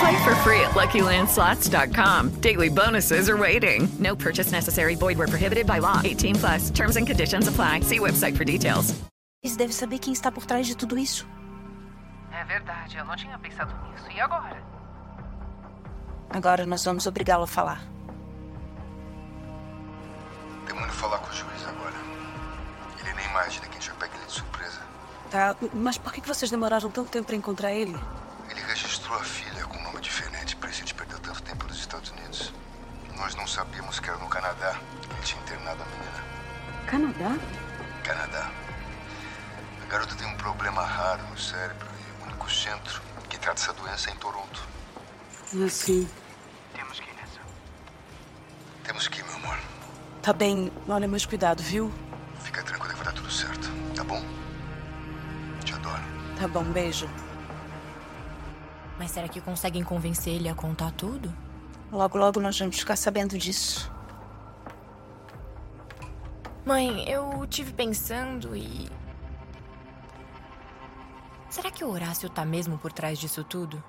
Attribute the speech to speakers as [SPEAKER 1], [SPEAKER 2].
[SPEAKER 1] Play for free at LuckyLandSlots.com. Daily bonuses are waiting. No purchase necessary. Void were prohibited by law. 18 plus. Terms and conditions apply. See website for details.
[SPEAKER 2] Eles devem saber quem está por trás de tudo isso.
[SPEAKER 3] É verdade, eu não tinha pensado nisso. E agora?
[SPEAKER 2] Agora nós vamos obrigá-lo a falar.
[SPEAKER 4] Demando falar com o juiz agora. Ele nem imagina que a gente vai pegar ele de surpresa.
[SPEAKER 2] Tá, mas por que que vocês demoraram tanto tempo para encontrar ele?
[SPEAKER 4] Ele registrou a filha com um nome diferente pra gente perder tanto tempo nos Estados Unidos. Nós não sabíamos que era no Canadá. Ele tinha internado a menina.
[SPEAKER 2] Canadá?
[SPEAKER 4] Canadá. A garota tem um problema raro no cérebro e o único centro que trata essa doença é em Toronto.
[SPEAKER 2] Assim.
[SPEAKER 3] Temos que ir nessa.
[SPEAKER 4] Temos que ir, meu amor.
[SPEAKER 2] Tá bem, olha meus cuidado, viu?
[SPEAKER 4] Fica tranquila, vai dar tudo certo, tá bom? Te adoro.
[SPEAKER 2] Tá bom, beijo.
[SPEAKER 5] Mas será que conseguem convencer ele a contar tudo?
[SPEAKER 2] Logo, logo nós vamos ficar sabendo disso.
[SPEAKER 5] Mãe, eu tive pensando e. Será que o Horácio tá mesmo por trás disso tudo?